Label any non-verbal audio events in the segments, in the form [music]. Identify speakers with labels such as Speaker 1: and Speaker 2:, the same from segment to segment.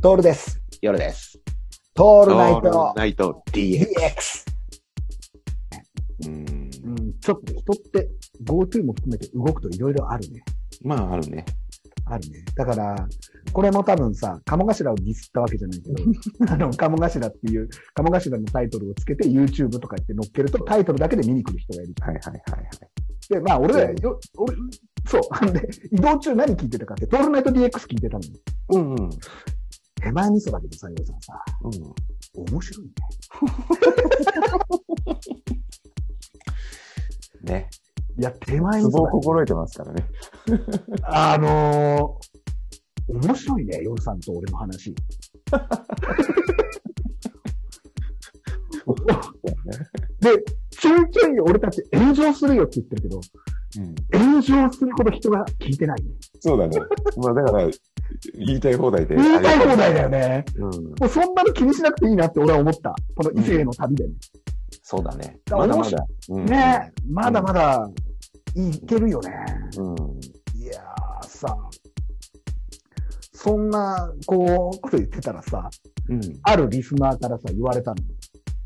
Speaker 1: トールです。
Speaker 2: 夜です。
Speaker 1: ト
Speaker 2: オ
Speaker 1: ールナイト
Speaker 2: ナイト DX。
Speaker 1: DX。
Speaker 2: うん。
Speaker 1: うん、ちょっと人って GoTo も含めて動くといろいろあるね。
Speaker 2: まあ、あるね。
Speaker 1: あるね。だから、これも多分さ、鴨頭をディスったわけじゃないけ [laughs] ど、あの、鴨頭っていう、鴨頭のタイトルをつけて YouTube とかって載っけるとタイトルだけで見に来る人がいる。
Speaker 2: はいはいはいはい。
Speaker 1: で、まあ俺らよ、俺、そう。 [laughs] で、移動中何聞いてたかって、トールナイト DX 聞いてたのよ。
Speaker 2: うんうん。うん。
Speaker 1: 手前味噌だけどさ、ようさんさ、面白いね。
Speaker 2: ね。
Speaker 1: いや、手前味
Speaker 2: ツ
Speaker 1: 噌
Speaker 2: ボ
Speaker 1: だ
Speaker 2: を心得てますからね。
Speaker 1: あのー、面白いね、ヨルさんと俺の
Speaker 2: [laughs]
Speaker 1: 話。で、ちょいちょい俺たち炎上するよって言ってるけど、
Speaker 2: うん。
Speaker 1: 炎上するほど人が聞いてないね。
Speaker 2: そうだね。まあ、だから、言いたい放題で。
Speaker 1: 言いたい放題だよね。
Speaker 2: うん。
Speaker 1: もうそんなの気にしなくていいなって俺は思った。この異性の旅でね。
Speaker 2: そうだね。
Speaker 1: だから
Speaker 2: まだ
Speaker 1: 面
Speaker 2: ま
Speaker 1: 白
Speaker 2: だ。うん
Speaker 1: ねえまだまだいけるよね。
Speaker 2: うん。
Speaker 1: いやーさ、そんな、こう、こと言ってたらさ、
Speaker 2: うん。
Speaker 1: あるリスナーからさ、言われたの。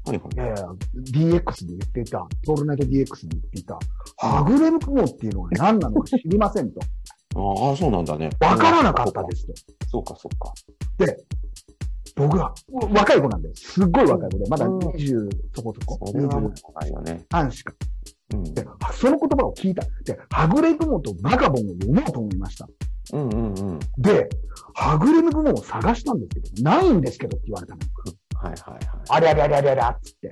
Speaker 2: はい
Speaker 1: い
Speaker 2: は
Speaker 1: や
Speaker 2: い。
Speaker 1: いや DX で言っていた、トールナイト DX で言っていた、はぐれ雲っていうのが何なのか知りませんと。
Speaker 2: ああ、そうなんだね。
Speaker 1: わからなかったですと。
Speaker 2: そうか、そうか。
Speaker 1: 僕は、若い子なんだよ。すっごい若い子で、まだ
Speaker 2: うん
Speaker 1: 20そこそこ。
Speaker 2: それは
Speaker 1: 23
Speaker 2: もうないよね。
Speaker 1: しか。
Speaker 2: うん。
Speaker 1: で、その言葉を聞いた。で、はぐれ雲とバカボンを読もうと思いました。
Speaker 2: うんうんうん。
Speaker 1: で、はぐれ雲を探したんですけど、ないんですけどって言われたの。
Speaker 2: はいはいはい。
Speaker 1: あれあれあれあれあれっつって。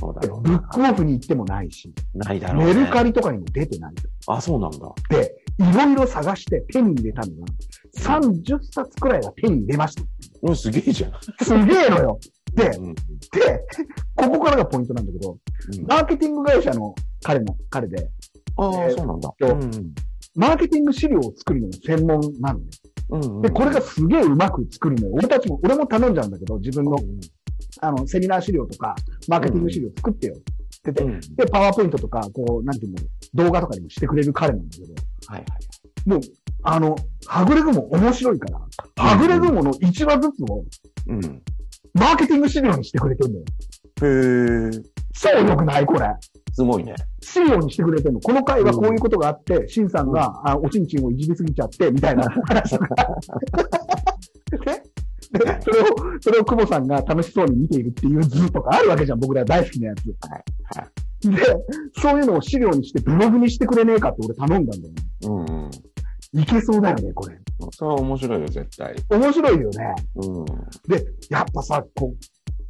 Speaker 2: そうだ
Speaker 1: で
Speaker 2: ろう
Speaker 1: ブッ
Speaker 2: な。
Speaker 1: クオフに行ってもないし、
Speaker 2: ないだろう
Speaker 1: メル
Speaker 2: ね。
Speaker 1: カリとかにも出てない。
Speaker 2: あ、そうなんだ。
Speaker 1: で、いろいろ探して手に入れたのが、30冊くらいは手に入れました。
Speaker 2: うん、すげえじゃん。
Speaker 1: すげえのよ。で、
Speaker 2: うん。
Speaker 1: で、ここからがポイントなんだけど、マーケティング会社の彼の、彼で、
Speaker 2: ああ、
Speaker 1: えー
Speaker 2: そうなんだ。
Speaker 1: と
Speaker 2: ん。
Speaker 1: マーケティング資料を作るのが専門なのね。
Speaker 2: うんうん
Speaker 1: で、これがすげえうまく作るのよ。俺たちも、俺も頼んじゃうんだけど、自分の、あの、セミナー資料とか、マーケティング資料作ってよ。って
Speaker 2: う
Speaker 1: て、
Speaker 2: んはい
Speaker 1: で、パワーポイントとか、こう、なんていうの、動画とかにもしてくれる彼なんだけど、
Speaker 2: はい。
Speaker 1: もう、あの、はぐれ雲面白いから、はぐれ雲の1話ずつを
Speaker 2: うん。
Speaker 1: マーケティング資料にしてくれてるのよ。
Speaker 2: へえ。
Speaker 1: そうよくないこれ。
Speaker 2: すごいね。
Speaker 1: 資料にしてくれてるの。この回はこういうことがあって、シンさんが、あおちんちんをいじりすぎちゃって、みたいな話とか。ねでそれを、それを久保さんが楽しそうに見ているっていう図とかあるわけじゃん、僕ら大好きなやつ。
Speaker 2: はいは
Speaker 1: で、そういうのを資料にしてブログにしてくれねえかって俺頼んだんだよね。
Speaker 2: うんうん。
Speaker 1: いけそうだよね、これ。
Speaker 2: それは面白いよ、絶対。
Speaker 1: 面白いよね。
Speaker 2: うん。
Speaker 1: やっぱさ、こう、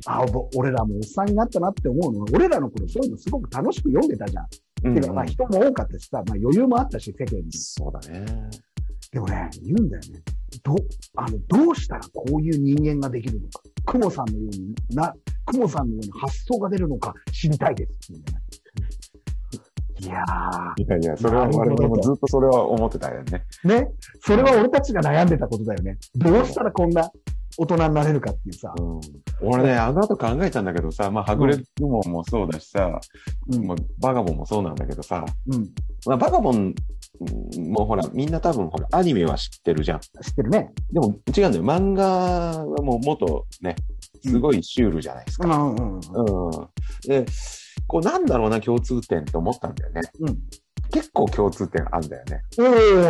Speaker 1: あ、お俺らもおっさんになったなって思うのは、俺らの頃そういうのすごく楽しく読んでたじゃん。
Speaker 2: うん
Speaker 1: てか、まあ人も多かったしさ、まあ余裕もあったし、世間に。
Speaker 2: そうだね。
Speaker 1: でもね、言うんだよね。ど、あの、どうしたらこういう人間ができるのか。クモさんのようにな、クモさんのように発想が出るのか知りたいですっていうんだよね。いや
Speaker 2: いやいや、それは我々もずっとそれは思ってたよね。
Speaker 1: ー、ね。それは俺たちが悩んでたことだよね。どうしたらこんな大人になれるかっていうさ。
Speaker 2: うん。俺ね、あの後考えたんだけどさ、まあ、はぐれ雲もそうだしさ、
Speaker 1: うん。
Speaker 2: まあ、バガボンもそうなんだけどさ、
Speaker 1: うん。
Speaker 2: まあ、バガボンもほら、みんな多分ほら、アニメは知ってるじゃん。
Speaker 1: 知ってるね。
Speaker 2: でも違うんだよ。漫画はもう元ね、すごいシュールじゃないですか。
Speaker 1: うんうんうん。
Speaker 2: うん。で、こうなんだろうな、共通点と思ったんだよね。
Speaker 1: うん。
Speaker 2: 結構共通点あるんだよね。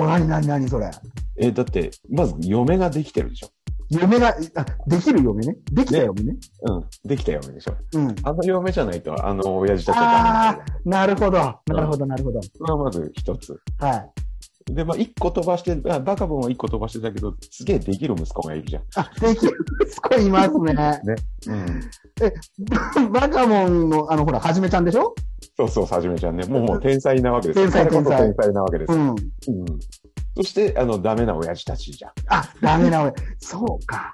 Speaker 1: おお、なになになにそれ。
Speaker 2: え、だって、まず嫁ができてるでしょ。
Speaker 1: 嫁が、あ、できる嫁ね。できた嫁ね。
Speaker 2: うん。できた嫁でしょ。
Speaker 1: うん。
Speaker 2: あの嫁じゃないと、あの親父たちはダメなんだよね
Speaker 1: なるほど。なるほど、なるほど。
Speaker 2: それはまず一つ。
Speaker 1: はい。
Speaker 2: で、まあ、一個飛ばして、あバカボンは一個飛ばしてたけど、すげえできる息子がいるじゃん。
Speaker 1: あ、でき [laughs] る。すごいいますね。 [laughs]
Speaker 2: うん。
Speaker 1: バカモンの、あの、ほら、はじめちゃんでしょ
Speaker 2: そうそう、はじめちゃんね。もうもう天才なわけです。
Speaker 1: 天才天才
Speaker 2: 彼こそ天才なわけです
Speaker 1: う。ん。
Speaker 2: うん。そして、あの、ダメな親父たちじゃん。
Speaker 1: あ、ダメな俺。そうか。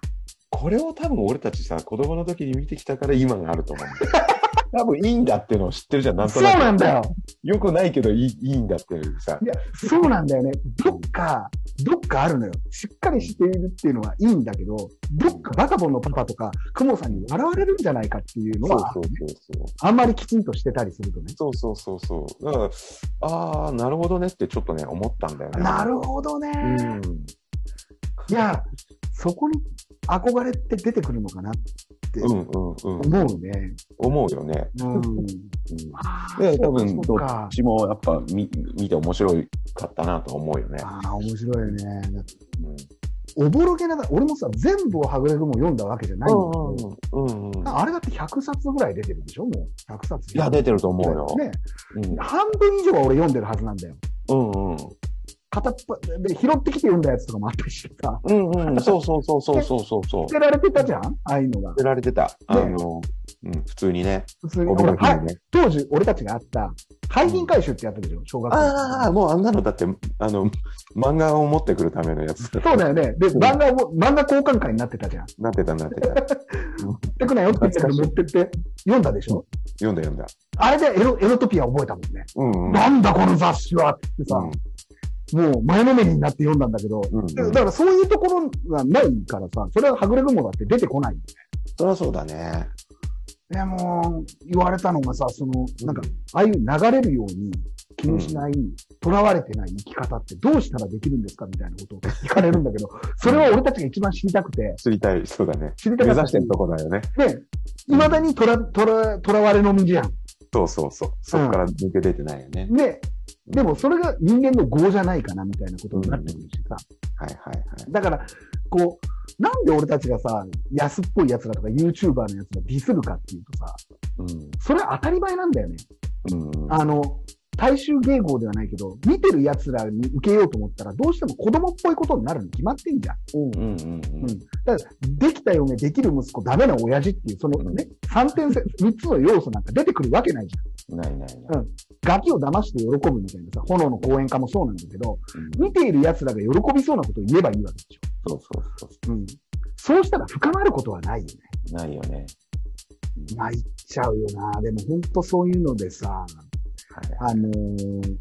Speaker 2: これを多分俺たちさ、子供の時に見てきたから今があると思うん
Speaker 1: [laughs]
Speaker 2: だよ。多分いいんだっていうのを知ってるじゃん、なんと
Speaker 1: そう
Speaker 2: なく。
Speaker 1: なんだよ。
Speaker 2: よくないけどいいいいんだっていうさ
Speaker 1: い。や、そうなんだよね。どっか、どっかあるのよ。しっかりしているっていうのはいいんだけど、どっかバカボンのパパとか、クモさんに笑われるんじゃないかっていうの
Speaker 2: そう
Speaker 1: は、
Speaker 2: そうそう
Speaker 1: あんまりきちんとしてたりするとね。
Speaker 2: そう。そうそうそうそう。だから、ああ、なるほどねってちょっとね、思ったんだよね。
Speaker 1: なるほどね。
Speaker 2: うん。
Speaker 1: いや、そこに憧れって出てくるのかなって
Speaker 2: う
Speaker 1: 思
Speaker 2: んうんうん。
Speaker 1: うね。
Speaker 2: 思うよね。
Speaker 1: うん。
Speaker 2: うん
Speaker 1: あー
Speaker 2: で、多分、
Speaker 1: そ
Speaker 2: ど
Speaker 1: う
Speaker 2: っ
Speaker 1: か。
Speaker 2: ちもやっぱ見見て面白かったなと思うよね。
Speaker 1: ああ、面白いよね。
Speaker 2: うん
Speaker 1: おぼろげながら、俺もさ、全部をはぐれ雲読んだわけじゃないんだけど、
Speaker 2: うんうんうん
Speaker 1: あれだって100冊ぐらい出てるでしょもう。100冊。
Speaker 2: いや、出てると思うよ。
Speaker 1: ね。半分以上は俺読んでるはずなんだよ。
Speaker 2: うんうん
Speaker 1: 片っ端で、拾ってきて読んだやつとかもあったしさ。
Speaker 2: う
Speaker 1: [laughs]
Speaker 2: んうん。そうそうそうそうそうそうそう。
Speaker 1: 捨てられてたじゃんああいうのが
Speaker 2: 捨。てられてた。あの、うん、普通にね。
Speaker 1: 普通に。
Speaker 2: ゴミ
Speaker 1: 俺
Speaker 2: 箱
Speaker 1: はい
Speaker 2: にね。
Speaker 1: 当時、俺たちがあった、廃品回収ってやったでしょ小学校の時
Speaker 2: ああ、もうあんなのだって、あの、漫画を持ってくるためのやつ。
Speaker 1: そうだよね。で、漫画を、漫画交換会になってたじゃん。
Speaker 2: なってたなってた。
Speaker 1: 持ってくなよって言って持ってって、読んだでしょ
Speaker 2: 読んだ読んだ。
Speaker 1: あれでエロ、エロトピア覚えたもんね。
Speaker 2: うんうん。
Speaker 1: なんだこの雑誌はってさ、
Speaker 2: う
Speaker 1: もう前のめりになって読んだんだけど、
Speaker 2: んうん
Speaker 1: だからそういうところがないからさ、それははぐれ雲だって出てこない。
Speaker 2: そりゃそうだね。
Speaker 1: でもう、言われたのがさ、その、なんか、ああいう流れるように気にしない、とらわれてない生き方ってどうしたらできるんですかみたいなことを [laughs] 聞かれるんだけど、それは俺たちが一番知りたくて、
Speaker 2: 知りたい、そうだね。
Speaker 1: 知りたか
Speaker 2: 目
Speaker 1: っ
Speaker 2: 指
Speaker 1: た
Speaker 2: してるとこだよね。
Speaker 1: で、未だにとら、とら、とらわれの身じゃん。
Speaker 2: そうそうそう。そこから抜け出てないよね。
Speaker 1: ね。でもそれが人間の業じゃないかなみたいなことになってくるしさ。
Speaker 2: はいはいはい。
Speaker 1: だから、こう、なんで俺たちがさ、安っぽい奴らとか YouTuber の奴らディスるかっていうとさ、
Speaker 2: うん。
Speaker 1: それは当たり前なんだよね。
Speaker 2: うん、
Speaker 1: あの、大衆迎合ではないけど、見てる奴らに受けようと思ったら、どうしても子供っぽいことになるに決まってんじゃん。
Speaker 2: うんうんうん
Speaker 1: うんだから、できた嫁、できる息子、ダメな親父っていう、そのね、3点せ、3つの要素なんか出てくるわけないじゃん。
Speaker 2: ないないない。
Speaker 1: ガキを騙して喜ぶみたいなさ、炎の講演家もそうなんだけど、見ている奴らが喜びそうなことを言えばいいわけでし
Speaker 2: そうそうそ
Speaker 1: ょ。うん。そうしたら深まることはないよね。
Speaker 2: う。ないよね。
Speaker 1: 参っちゃうよな。でも本当そういうのでさ、
Speaker 2: はい。
Speaker 1: あのー